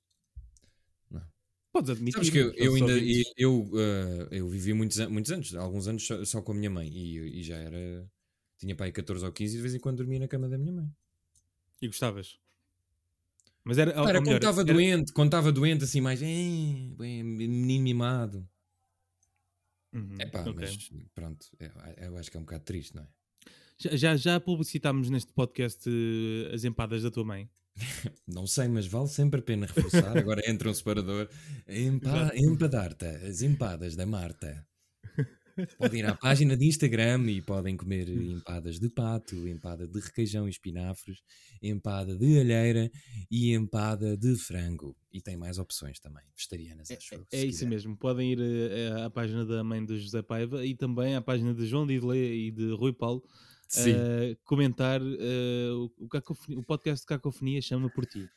B: Podes admitir.
C: Sabes que eu,
B: mas
C: eu
B: só
C: ainda
B: vinte.
C: eu, eu, eh, eu vivi muitos, an- muitos anos, alguns anos só, só com a minha mãe e, e já era. Tinha pai 14 ou 15 e de vez em quando dormia na cama da minha mãe.
B: E gostavas. Mas era. ou-
C: Pá,
B: ou
C: era quando
B: melhor,
C: estava
B: era-
C: doente, quando estava doente assim, mais. "Eh, bem, menino mimado.
B: Uhum,
C: É pá,
B: ok.
C: mas pronto, eu, eu acho que é um bocado triste, não é?
B: Já, já, já publicitámos neste podcast eh, as empadas da tua mãe.
C: Não sei, mas vale sempre a pena reforçar. Agora entra um separador. Empa,
B: Exato.
C: empadarta, as empadas da Marta. Podem ir à página de Instagram e podem comer empadas de pato, empada de requeijão e espinafres, empada de alheira e empada de frango. E tem mais opções também, vegetarianas, acho eu,
B: É
C: se
B: isso
C: quiser.
B: mesmo. Podem ir eh, à página da mãe do José Paiva e também à página de João Didley e de Rui Paulo
C: Sim,
B: eh, comentar eh, o, o Cacofoni- o podcast de Cacofonia chama por ti.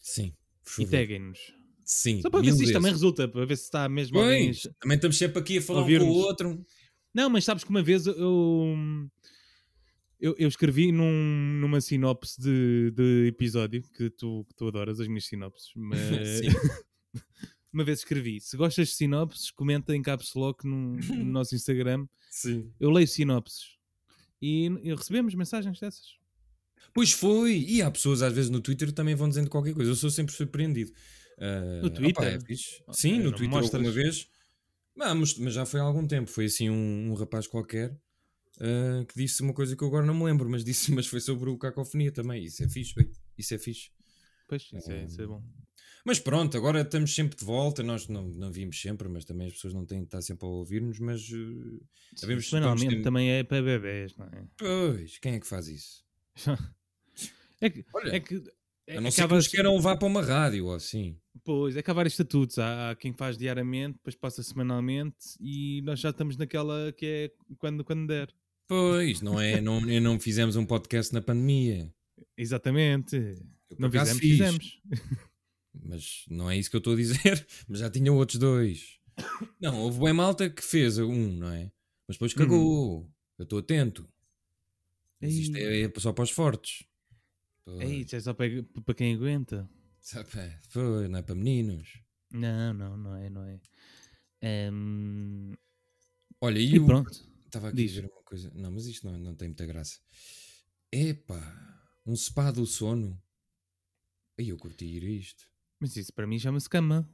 C: sim. por
B: E
C: favor.
B: taguem-nos.
C: Sim.
B: Só para ver
C: mil
B: se isto também
C: vezes.
B: resulta, para ver se está mesmo alguém.
C: Pois, também estamos sempre aqui a falar um com o
B: Ouvir-nos.
C: outro.
B: Não, mas sabes que uma vez eu. Eu, eu escrevi num- numa sinopse de, de episódio que tu, que tu adoras as minhas sinopses, mas
C: Sim.
B: uma vez escrevi: se gostas de sinopses, comenta em caps lock no, no nosso Instagram.
C: Sim.
B: Eu leio sinopses e, e recebemos mensagens dessas.
C: Pois foi! E há pessoas às vezes no Twitter que também vão dizendo qualquer coisa. Eu sou sempre surpreendido. Ah,
B: No Twitter?
C: opá, é fixe. Sim,
B: Ah,
C: no
B: não
C: Twitter
B: mostras?
C: alguma vez. Ah, mas, mas já foi há algum tempo. Foi assim um, um rapaz qualquer ah, que disse uma coisa que eu agora não me lembro, mas disse, mas foi sobre o cacofonia também. Isso é fixe, bem. isso é fixe.
B: Pois, isso é,
C: Hum.
B: isso é bom.
C: Mas pronto, agora estamos sempre de volta. Nós não, não vimos sempre, mas também as pessoas não têm de estar sempre a ouvir-nos. Mas ah, sabemos
B: Semanalmente
C: vamos ter-
B: também é para bebés, não é?
C: pois, quem é que faz isso?
B: É que.
C: Olha,
B: É que é-
C: a não ser que
B: acaba-
C: nos queiram levar para uma rádio ou assim.
B: Pois, é que há vários estatutos. Há, há quem faz diariamente, depois passa semanalmente e nós já estamos naquela que é quando, quando der.
C: Pois, não é? Não, e não fizemos um podcast na pandemia.
B: Exatamente.
C: Eu, por
B: Não
C: acaso,
B: fizemos,
C: fiz,
B: fizemos.
C: Mas não é isso que eu estou a dizer. Mas já tinha outros dois. Não, houve bem malta que fez um, não é? Mas
B: Hum.
C: depois cagou. Eu estou atento. Mas Isto
B: Ei,
C: é, é só para os fortes.
B: ei,
C: Pois,
B: isto é só para, para quem aguenta.
C: só para- pois, não é para meninos.
B: Não, não, não é, não é. Ehm,
C: Olha,
B: e
C: e o-
B: pronto.
C: Estava aqui
B: Diz.
C: a ver uma coisa. Não, mas isto não, não tem muita graça. Epá, um spa do sono. Aí eu curti ir a isto.
B: Mas isso para mim chama-se cama.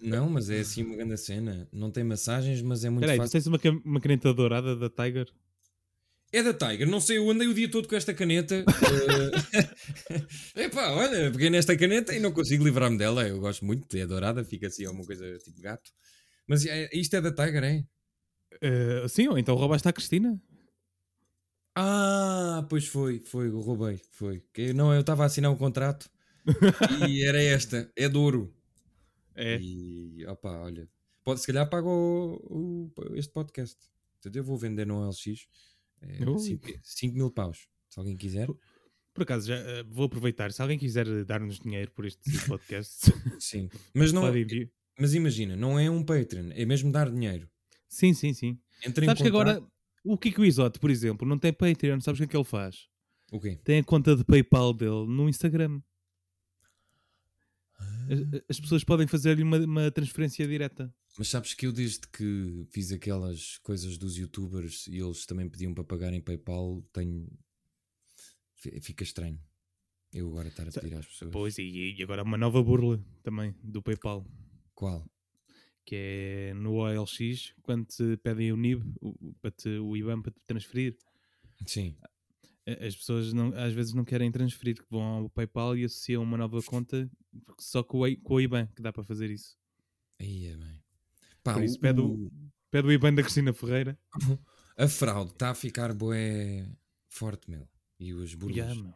C: Não, mas é assim uma grande cena. Não tem massagens, mas é muito
B: Espera aí, tu
C: fácil.
B: tens uma, cam- uma caneta dourada da Tiger?
C: É da Tiger, não sei, eu andei o dia todo com esta caneta. Eh, Epá, olha, peguei nesta caneta e não consigo livrar-me dela. Eu gosto muito, é dourada, fica assim alguma coisa tipo gato. Mas é- isto é da Tiger, é?
B: Eh, sim, ou então roubaste à Cristina?
C: Ah, pois foi, foi, eu roubei, foi. Que- Não, eu estava a assinar um contrato e era esta, é de ouro.
B: É.
C: E opá, olha, pode, se calhar pago o- o- este podcast. Entendeu? Vou vender no LX
B: Ui.
C: 5 eh, mil paus. Se alguém quiser,
B: Por acaso, já, eh, vou aproveitar. Se alguém quiser eh, dar-nos dinheiro por este podcast,
C: sim. Mas, não, é-
B: pode enviar.
C: mas imagina, não é um Patreon, é mesmo dar dinheiro.
B: Sim, sim, sim.
C: Entra em
B: Sabes que
C: contacto-
B: agora o Kiko Isote, por exemplo, não tem Patreon, sabes o que é que ele faz?
C: O quê?
B: Tem a conta de PayPal dele no Instagram. As, as pessoas podem fazer-lhe uma, uma transferência direta.
C: Mas sabes que eu, desde que fiz aquelas coisas dos youtubers e eles também pediam para pagar em PayPal, tenho. fi- Fica estranho. Eu agora estar a
B: Sa-
C: pedir às pessoas.
B: Pois, e, e agora há uma nova burla também do PayPal,
C: Qual?
B: que é no OLX, quando te pedem o NIB, o, o- para te, o IBAN para te transferir,
C: Sim.
B: a- as pessoas não- às vezes não querem transferir, que vão ao PayPal e associam uma nova conta só com o, I- com o IBAN, que dá para fazer isso.
C: Aí é bem. Pá,
B: Por
C: o-
B: isso pede
C: o-
B: o, pede o IBAN da Cristina Ferreira.
C: a fraude está a ficar boé forte, meu. E os burlas.
B: Yeah, meu.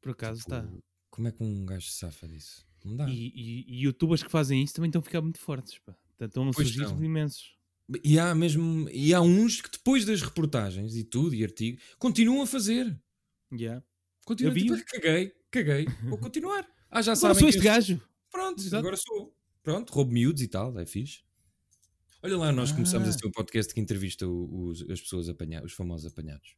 B: Por acaso
C: Tipo, ah.
B: está.
C: Como é que um gajo se safa disso? Não dá. E,
B: E, e, e youtubers que fazem isso também estão a ficar muito fortes. Pá. Então, Estão a
C: Pois
B: surgir
C: estão.
B: imensos.
C: há mesmo. E há uns que depois das reportagens e tudo, e artigos, continuam a fazer.
B: Yeah.
C: Continuam
B: Eu
C: a
B: vi
C: tipo,
B: um.
C: "Ah, caguei, caguei. Vou continuar. Ah, já
B: Agora
C: sabem.
B: sou
C: que tipo
B: este gajo.
C: Pronto,
B: Exato.
C: agora sou. Pronto, roubo miúdos e tal, é fixe. Olha lá, nós começamos assim a
B: Ah.
C: ser um podcast que entrevista o- os- as pessoas apanhadas, os famosos apanhados.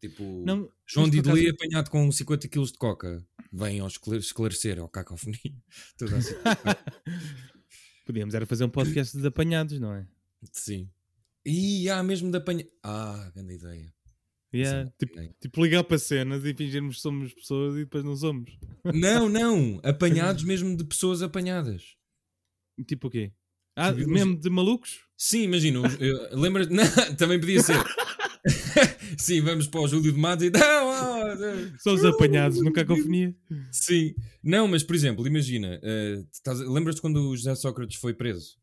C: Tipo,
B: Não,
C: João
B: mas por
C: Didelê
B: acaso-
C: apanhado com 50 kg de coca. Vem ao esclare- esclarecer, ao cacofonia. Toda assim.
B: Podíamos era fazer um podcast de apanhados, não é?
C: Sim. E há mesmo de apanhar. Ah, grande ideia.
B: Yeah,
C: Sim,
B: tipo,
C: ok.
B: tipo ligar para cenas e fingirmos que somos pessoas e depois não somos.
C: Não, não. Apanhados mesmo de pessoas apanhadas.
B: Tipo o quê? Ah,
C: Tipo,
B: mesmo de malucos?
C: Sim, imagina. os- eu- Lembras? Não, também podia ser. Sim, vamos para o Júlio de Matos e. Não, ah, ah.
B: Só os apanhados no cacofonia?
C: Sim. Não, mas por exemplo, imagina. eh, estás a- Lembras-te quando o José Sócrates foi preso?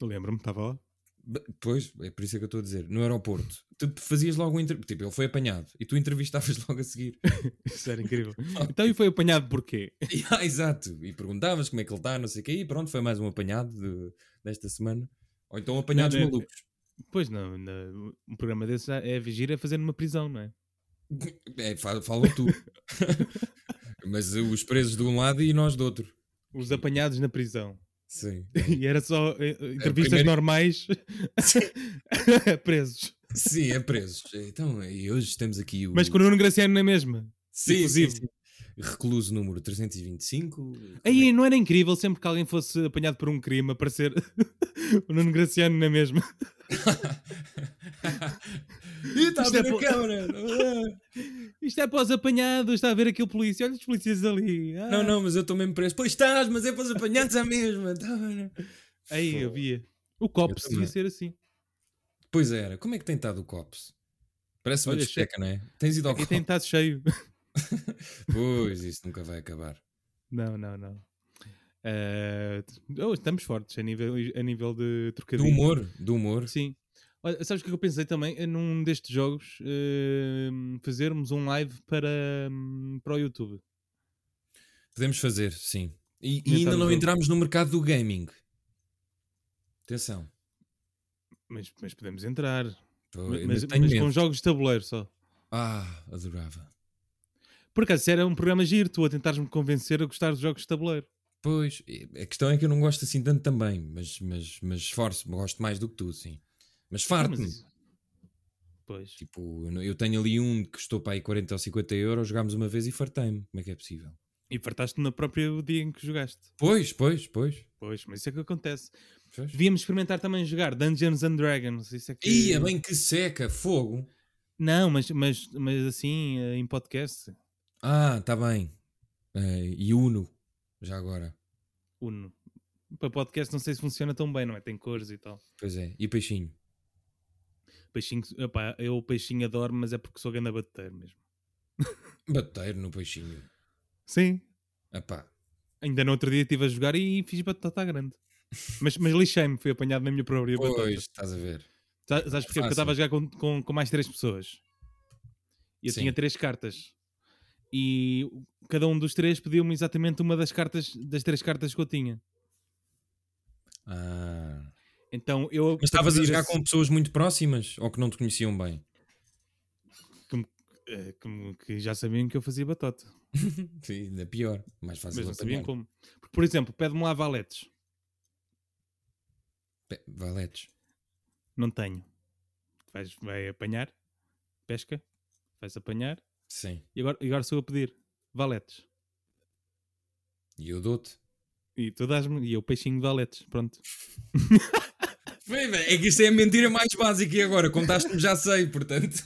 B: Lembro-me, estava lá.
C: B- Pois, é por isso é que eu estou a dizer. No aeroporto. Tu fazias logo um. Inter... Tipo, ele foi apanhado e tu entrevistavas logo a seguir.
B: Isso era incrível. Então e foi apanhado porquê?
C: Ah, exato. E perguntavas como é que ele está, não sei o quê. E pronto, foi mais um apanhado de- desta semana. Ou então apanhados
B: Não, não,
C: malucos.
B: Pois não, não, um programa desses já é vigir a fazer numa prisão, não é?
C: É, fa- fala tu. Mas os presos de um lado e nós do outro.
B: Os apanhados na prisão.
C: Sim.
B: E era só
C: É,
B: eh, eh, entrevistas
C: primeira-
B: normais presos.
C: Sim, é presos. Então, e hoje temos aqui o.
B: Mas é com o Nuno Graciano na mesma.
C: sim, sim,
B: inclusive.
C: sim. Recluso número 325.
B: Aí não era incrível sempre que alguém fosse apanhado por um crime aparecer o Nuno Graciano na mesma.
C: Ih, está a
B: Isto é
C: ver
B: po-
C: a câmara.
B: Isto é para os apanhados, está a ver aquele polícia. Olha os polícias ali. Ah.
C: Não, não, mas eu estou mesmo preso. Pois estás, mas é para os apanhados à mesma. Tá, né?
B: Aí eu via. O copo
C: Eu
B: devia
C: também.
B: ser assim.
C: Pois era. Como é que tem estado o COPS? Parece uma
B: Olha,
C: discoteca, não é? Tens ido ao
B: E
C: COPS?
B: tem estado cheio.
C: Pois, isso nunca vai acabar.
B: Não, não, não. Ah, oh, estamos fortes a nível, a nível de
C: Do
B: trocadilho.
C: humor, do humor.
B: Sim. Olha, sabes o que é que eu pensei também? É num destes jogos hum, fazermos um live para, hum, para o YouTube.
C: Podemos fazer, sim. E, e
B: Comentar
C: ainda
B: o
C: não
B: jogo.
C: entramos no mercado do gaming. Atenção.
B: Mas, mas podemos entrar.
C: Pô,
B: Mas,
C: eu
B: mas-
C: tenho
B: mas
C: medo.
B: com jogos de tabuleiro só.
C: Ah, adorava.
B: Por acaso, isso era um programa giro, tu a tentares-me convencer a gostar dos jogos de tabuleiro.
C: Pois, e- a questão é que eu não gosto assim tanto também, mas, mas, mas esforço-me, gosto mais do que tu, sim. Mas
B: Ah, Mas
C: farto-me.
B: isso- Pois.
C: Tipo, eu não- eu tenho ali um que custou para aí 40 ou 50 euros, jogámos uma vez e fartei-me. Como é que é possível?
B: E fartaste no próprio dia em que jogaste.
C: Pois, pois, pois.
B: Pois, mas isso é que acontece.
C: pois.
B: Devíamos experimentar também jogar Dungeons and Dragons. Isso é que...
C: Ia, bem que seca, fogo.
B: Não, mas, mas, mas assim, eh, em podcast,
C: Ah, tá bem. Eh, e Uno, já agora.
B: Uno. Para podcast não sei se funciona tão bem, não é? Tem cores e tal.
C: Pois é, e peixinho.
B: Peixinho, opá, eu o peixinho adoro, mas é porque sou grande bateiro mesmo.
C: Bater no peixinho.
B: Sim.
C: Epá.
B: Ainda no outro dia estive a jogar e fiz batata grande. Mas, mas lixei-me, fui apanhado na minha própria
C: Pois,
B: batata.
C: estás a ver.
B: Sa- Sabes porquê? Porque eu
C: Fácil.
B: estava a jogar com, com, com mais três pessoas. E eu
C: Sim.
B: tinha três cartas. E cada um dos três pediu-me exatamente uma das cartas, das três cartas que eu tinha.
C: Ah.
B: Então eu.
C: Mas estavas a
B: pedir
C: jogar
B: esse-
C: com pessoas muito próximas ou que não te conheciam bem?
B: eh, que- que já sabiam que eu fazia batota.
C: Sim, ainda pior. Mais
B: Mas
C: fácil
B: não
C: apanhar.
B: sabiam assim, como. Porque, por exemplo, pede-me lá valetes.
C: Pe- Valetes.
B: Não tenho. Vais, vai apanhar, pesca, vais apanhar.
C: Sim.
B: E agora, e agora sou eu a pedir valetes.
C: E eu dou-te.
B: E tu dás-me, e eu peixinho de valetes. Pronto.
C: Bem, bem, É que isto é a mentira mais básica e agora contaste-me já sei, portanto.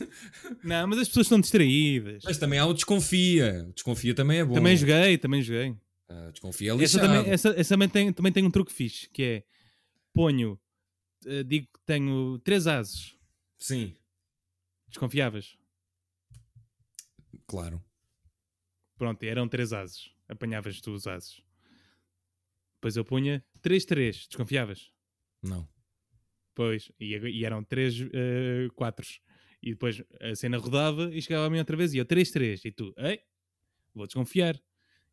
B: Não, mas as pessoas estão distraídas.
C: Mas também há o desconfia. O desconfia também é bom.
B: Também joguei, também joguei.
C: Ah, desconfia é
B: Essa
C: lixado.
B: também, essa, essa também, tem, também tem um truque fixe, que é ponho, eh, digo que tenho três ases
C: Sim,
B: desconfiavas.
C: claro.
B: Pronto, eram três ases. Apanhavas tu os ases. Depois eu punha três três desconfiavas.
C: Não.
B: Pois, e, ag- e eram 3 quatros. E depois a cena rodava e chegava a mim outra vez e eu 3-3. E tu, ei, vou desconfiar.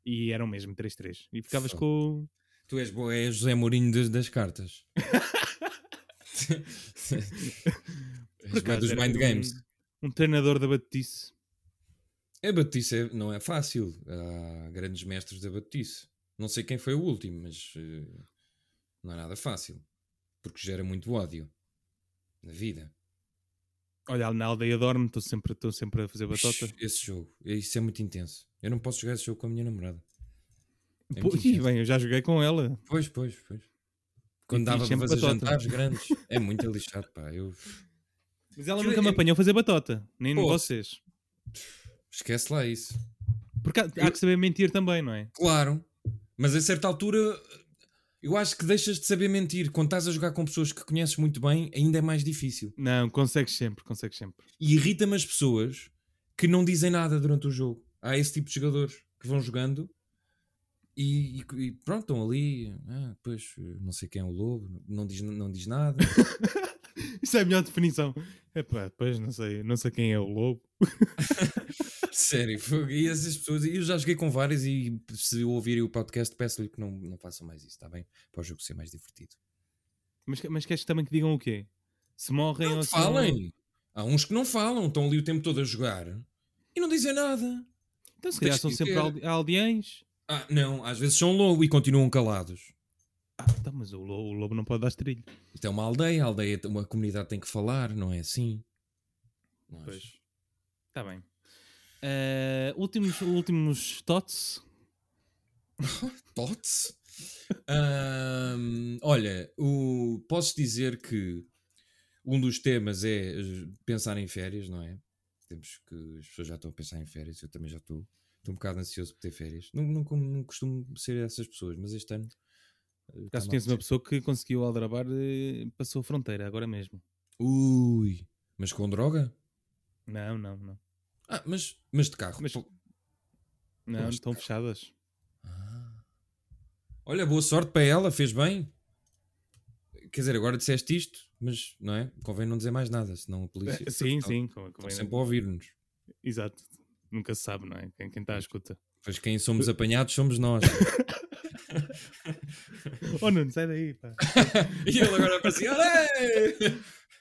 B: E eram mesmo 3-3. E ficavas
C: Fogo.
B: com.
C: Tu és, bo... és José Mourinho das, das cartas. és bem dos
B: era
C: mind
B: um-
C: games.
B: Um, treinador da Batice.
C: A batutice é- não é fácil. Há grandes mestres da batutice. Não sei quem foi o último, mas eh, não é nada fácil. Porque gera muito ódio na vida.
B: Olha, na aldeia dorme, estou sempre, tô sempre a fazer batota.
C: Esse jogo, isso é muito intenso. Eu não posso jogar esse jogo com a minha namorada. É
B: Pô,
C: muito
B: ih,
C: intenso.
B: bem, eu já joguei com ela.
C: Pois, pois, pois. Quando
B: E
C: dava
B: fiz
C: para
B: sempre
C: fazer
B: batota.
C: jantares grandes, é muito lixado, pá. Eu...
B: Mas ela
C: Aquilo
B: nunca me
C: é-
B: apanhou a fazer batota, nem
C: Pô.
B: vocês.
C: Esquece lá isso.
B: Porque há, há que saber mentir também, não é?
C: Claro, mas a certa altura eu acho que deixas de saber mentir. Quando estás a jogar com pessoas que conheces muito bem, ainda é mais difícil.
B: Não, consegues sempre, consegues sempre.
C: E irrita-me as pessoas que não dizem nada durante o jogo. Há esse tipo de jogadores que vão jogando e, e- e pronto, estão ali. Ah, pois, não sei quem é o lobo, não diz, não diz nada.
B: Isso é a melhor definição. Epá, pois não sei, não sei quem é o lobo.
C: Sério, fogo. e essas pessoas, eu já joguei com várias e se ouvirem o podcast, peço-lhe que não, não façam mais isso, está bem? Para o jogo ser mais divertido.
B: Mas, que- mas queres também que digam o quê? Se morrem
C: Não
B: ou se não-
C: falem! Há uns que não falam, estão ali o tempo todo a jogar e não dizem nada.
B: Então se calhar
C: Tens
B: são
C: que
B: sempre
C: ter-
B: alde- aldeães.
C: Ah, não, às vezes são lobo e continuam calados.
B: Ah, tá, mas o lo- o lobo, não pode dar estrilho.
C: Isto é uma aldeia, a aldeia, uma comunidade tem que falar, não é assim? Não é?
B: Pois. Está Tá bem. Eh, últimos, últimos tots.
C: Tots? Ahm, olha, o, posso dizer que um dos temas é eh, pensar em férias, não é? Temos que as pessoas já estão a pensar em férias, eu também já estou. Estou um bocado ansioso por ter férias. Não, não, como- não costumo ser essas pessoas, mas este ano. eh,
B: Caso
C: está-me a
B: conheço uma
C: apetecer.
B: pessoa que conseguiu aldrabar, eh, passou a fronteira agora mesmo.
C: Ui, mas com droga?
B: Não, não, não.
C: Ah, mas, mas de carro.
B: Mas-
C: Pô-
B: Não,
C: Mas-
B: estão fechadas.
C: Ah. Olha, boa sorte para ela, fez bem. Quer dizer, agora disseste isto, mas não é? Convém não dizer mais nada, senão a polícia.
B: Eh, sim,
C: Estão-
B: sim. como- como
C: Estão
B: é-
C: sempre a ouvir-nos.
B: Exato. Nunca se sabe, não é? Quem está à escuta.
C: Pois quem somos apanhados somos nós.
B: oh, Nuno, sai daí, pá.
C: e ele agora aparecia.
B: assim,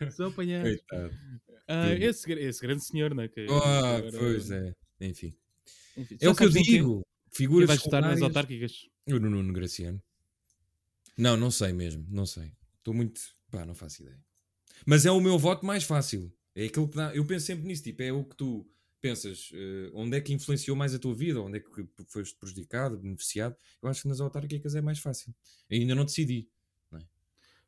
C: "Ei!"
B: Só apanhar.
C: Coitado.
B: Ah,
C: Sim.
B: esse, gra- esse grande senhor, não é? Que,
C: Ah,
B: que agora-
C: pois é. Enfim.
B: Enfim,
C: É
B: já
C: o que eu
B: sabes um em quem-
C: digo.
B: Quem
C: Figuras
B: vai votar nas
C: secundárias-
B: autárquicas?
C: O Nuno Graciano. Não, não sei mesmo, não sei. Estou muito. pá, não faço ideia. Mas é o meu voto mais fácil. É aquilo que dá. Eu penso sempre nisso, tipo, é o que tu pensas, eh, onde é que influenciou mais a tua vida, onde é que foste prejudicado, beneficiado. Eu acho que nas autárquicas é mais fácil. Eu ainda não decidi.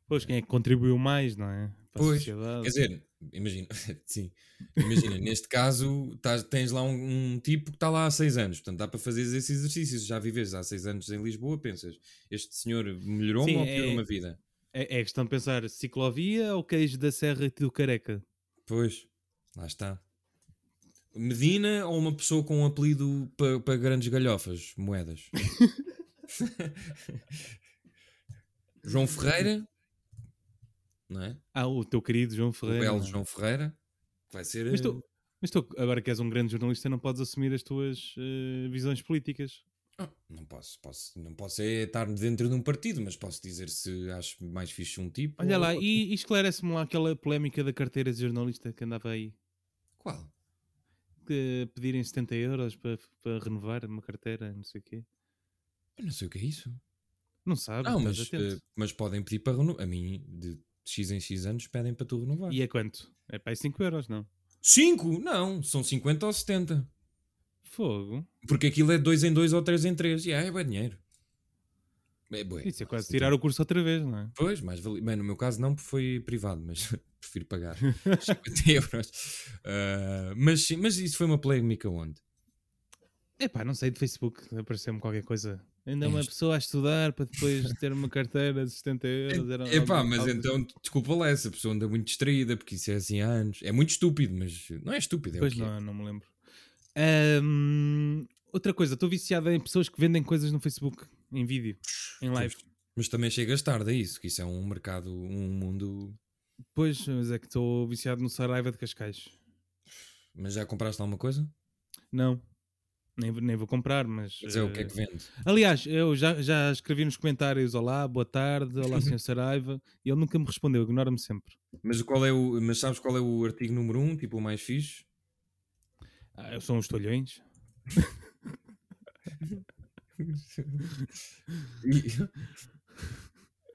B: Pois, quem é que contribuiu mais, não é? Para a
C: Pois,
B: sociedade.
C: Quer dizer, imagina, sim, imagina, neste caso estás- tens lá um, um tipo que está lá há seis anos, portanto dá para fazer esses exercícios. Já vives há seis anos em Lisboa, pensas, este senhor melhorou-me
B: Sim,
C: ou piorou-me
B: é-
C: a vida?
B: É, é questão de pensar ciclovia ou queijo da Serra e do Careca?
C: Pois, lá está. Medina ou uma pessoa com um apelido para grandes galhofas, moedas? João Ferreira, não é?
B: Ah, o teu querido João
C: O
B: Ferreira.
C: belo
B: não é?
C: João Ferreira, que vai ser.
B: Mas tu, mas tu, agora que és um grande jornalista, não podes assumir as tuas eh, visões políticas.
C: Ah, não posso, posso, não posso é estar dentro de um partido, mas posso dizer se acho mais fixe um tipo.
B: Olha
C: ou
B: lá,
C: outro.
B: e, e esclarece-me lá aquela polémica da carteira de jornalista que andava aí.
C: Qual?
B: Que pedirem 70 euros para, para renovar uma carteira, não sei o quê.
C: Eu não sei o que é isso.
B: Não sabe,
C: não,
B: estás
C: mas,
B: atento.
C: eh, mas podem pedir para renovar. A mim, de X em X anos, pedem para tu renovar.
B: E é quanto? É para aí 5 euros, não?
C: 5? Não, são 50 ou 70.
B: Fogo.
C: Porque aquilo é 2 em 2 ou 3 em 3. E é, é bom dinheiro. É, bué.
B: Isso é quase tirar o curso outra vez, não é?
C: Pois, mais valia. Bem, no meu caso não, porque foi privado, mas prefiro pagar 50 euros. Ah, mas, sim- mas isso foi uma polémica onde?
B: É pá, não sei, de Facebook apareceu-me qualquer coisa. Ainda
C: É
B: uma
C: isto.
B: pessoa a estudar para depois ter uma carteira de 70 euros. era
C: É pá,
B: algo-
C: mas
B: algo-
C: então desculpa lá, essa pessoa anda muito distraída porque isso é assim há anos. É muito estúpido, mas não é estúpido, é
B: Pois
C: o que é.
B: não, não me lembro. Ahm, outra coisa, estou viciado em pessoas que vendem coisas no Facebook, em vídeo, em live.
C: Tipo, Mas também chegas tarde a isso, que isso é um mercado, um mundo.
B: Pois, mas é que estou viciado no Saraiva de Cascais.
C: Mas já compraste alguma coisa?
B: Não, nem, vou- nem vou comprar, mas.
C: Quer dizer, o
B: eh,
C: que é que vende?
B: Aliás, eu já, já escrevi nos comentários: Olá, boa tarde, olá, senhor Saraiva. E ele nunca me respondeu, ignora-me sempre.
C: Mas qual é o. Mas sabes qual é o artigo número 1, um, tipo o mais fixe?
B: Ah, são os tolhões.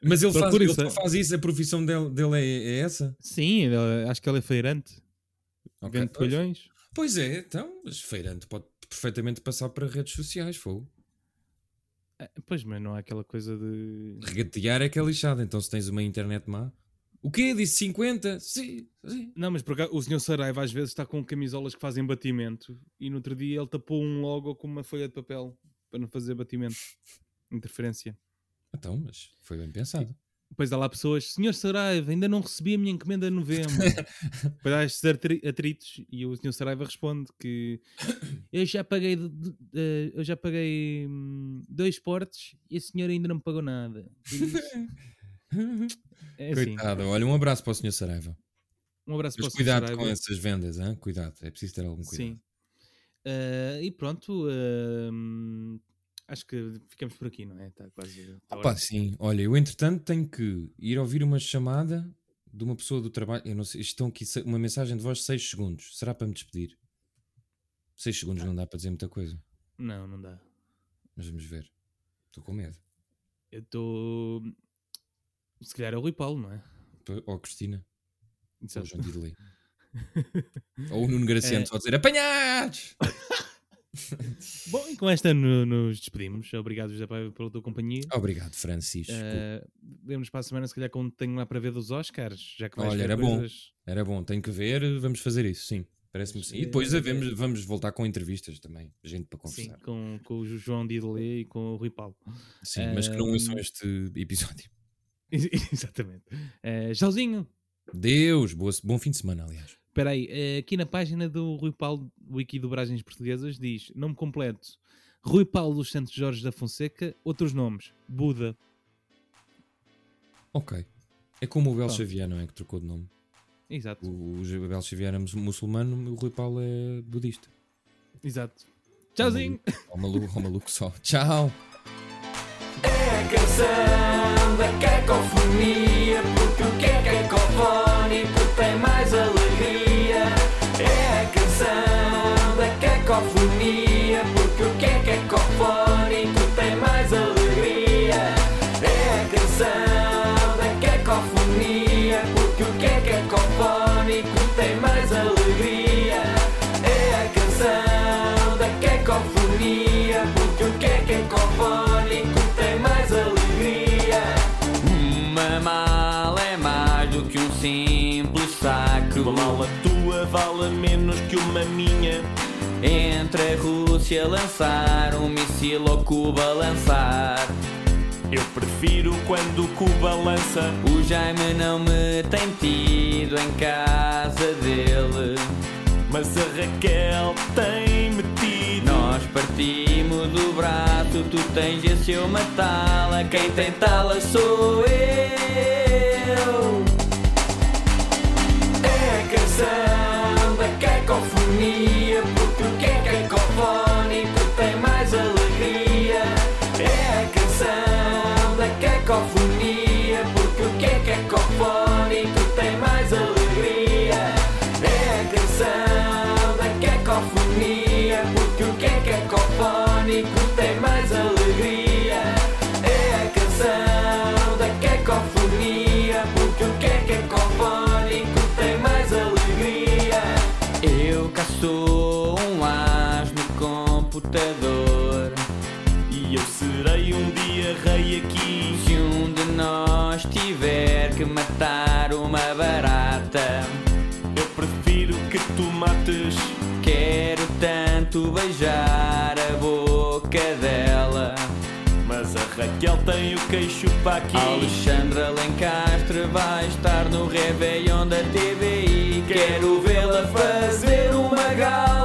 C: Mas ele, faz,
B: Procura
C: ele
B: isso,
C: só
B: é.
C: faz isso, a profissão dele, dele é, é essa?
B: Sim, ele- acho que ele é feirante.
C: Ok,
B: Vende
C: pois.
B: palhões.
C: Pois é, então, mas feirante pode perfeitamente passar para redes sociais, fogo.
B: Ah, Pois, mas não há aquela coisa de.
C: Regatear é que é lixado, então se tens uma internet má. O quê? Disse 50? Sim, sim.
B: Não, mas por acaso, o senhor Saraiva às vezes está com camisolas que fazem batimento e no outro dia ele tapou um logo com uma folha de papel para não fazer batimento. Interferência.
C: Então, mas foi bem pensado.
B: Depois há lá pessoas, senhor Saraiva, ainda não recebi a minha encomenda em novembro. Depois há estes atri- atritos e o senhor Saraiva responde que eu já paguei, de- de- eh, eu já paguei hum, dois portes e a senhora ainda não me pagou nada. É assim.
C: Coitado, olha, um abraço para o Sr. Saraiva.
B: Um abraço
C: Mas
B: para o senhor
C: cuidado
B: Saraiva.
C: com essas vendas, hein? cuidado, é preciso ter algum cuidado.
B: Sim. Ah, e pronto, ahm, acho que ficamos por aqui, não é? Está quase. a hora.
C: Opa, sim, olha, eu entretanto tenho que ir ouvir uma chamada de uma pessoa do trabalho. Eu não sei, estão aqui se- uma mensagem de voz de 6 segundos. Será para me despedir? 6 segundos não dá para dizer muita coisa,
B: Não, não dá.
C: mas vamos ver. Estou com medo.
B: Eu estou. Se calhar é o Rui Paulo, não é? Então,
C: Tô- Ou a Cristina, ou o
B: Exato.
C: João Diddley. ou o Nuno Graciano só dizer apanhados! é.
B: Bom, e com esta no- nos despedimos. Obrigado, José Paiva, pela tua companhia.
C: Obrigado, Francisco.
B: Ah, Vemos para a semana, se calhar, quando tenho lá para ver dos Oscars, já que vais
C: Olha,
B: ver
C: era bom.
B: coisas.
C: Era bom, tenho que ver, vamos fazer isso, sim. Parece-me sim. E depois vamos, vamos voltar com entrevistas também, gente para
B: Sim,
C: conversar.
B: com, com o João Didelê e com o Rui Paulo.
C: Sim, mas que não ouçam
B: Ahm.
C: este episódio.
B: Exatamente. Ah, Tchauzinho!
C: Deus, boa, bom fim de semana, aliás.
B: Espera aí, eh, aqui na página do Rui Paulo, Wiki Dobragens Portuguesas, diz, nome completo, Rui Paulo dos Santos Jorge da Fonseca, outros nomes, Buda.
C: Ok. É como o Bel
B: Pronto.
C: Xavier, não é? Que trocou de nome.
B: Exato,
C: O, o Bel Xavier é mus- muçulmano, o Rui Paulo é budista.
B: exato. Tchauzinho!
C: Ó maluco, ó maluco só. Tchau!
A: É a canção é da cacofonia, porque o que é cacofónico tem mais alegria. É a canção é da cacofonia, porque o que é cacofónico tem mais alegria. É a canção é da cacofonia, porque o que é cacofónico tem mais alegria. É a canção da cacofonia, porque o que é cacofónico tem mais alegria. Uma mala é mais do que um simples saco.
D: Uma mala tua vale menos que uma minha.
A: Entre a Rússia lançar um míssil ou Cuba lançar.
D: Eu prefiro quando o Cuba lança.
A: O Jaime não me tem tido em casa dele.
D: Mas a Raquel tem metido.
A: Nós partimos do braço, tu tens esse eu matá-la. Quem tem tala sou eu. É a canção da cacofonia, é porque o que é cacofónico tem mais alegria. É a canção da cacofonia, é porque o que é cacofónico tem mais alegria. É a canção da cacofonia, é porque o que é cacofónico tem mais alegria. É a canção da cacofonia, porque o que é cacofónico tem mais alegria. Eu cá sou um as no computador.
D: E eu serei um dia rei aqui.
A: Se um de nós tiver que matar uma barata,
D: Eu prefiro que tu mates.
A: quero tanto beijar a boca dela.
D: Mas a Raquel tem o queixo para aqui.
A: Alexandra Lencastre vai estar no Réveillon da TVI. Quero vê-la fazer uma gala. É é É é É é É é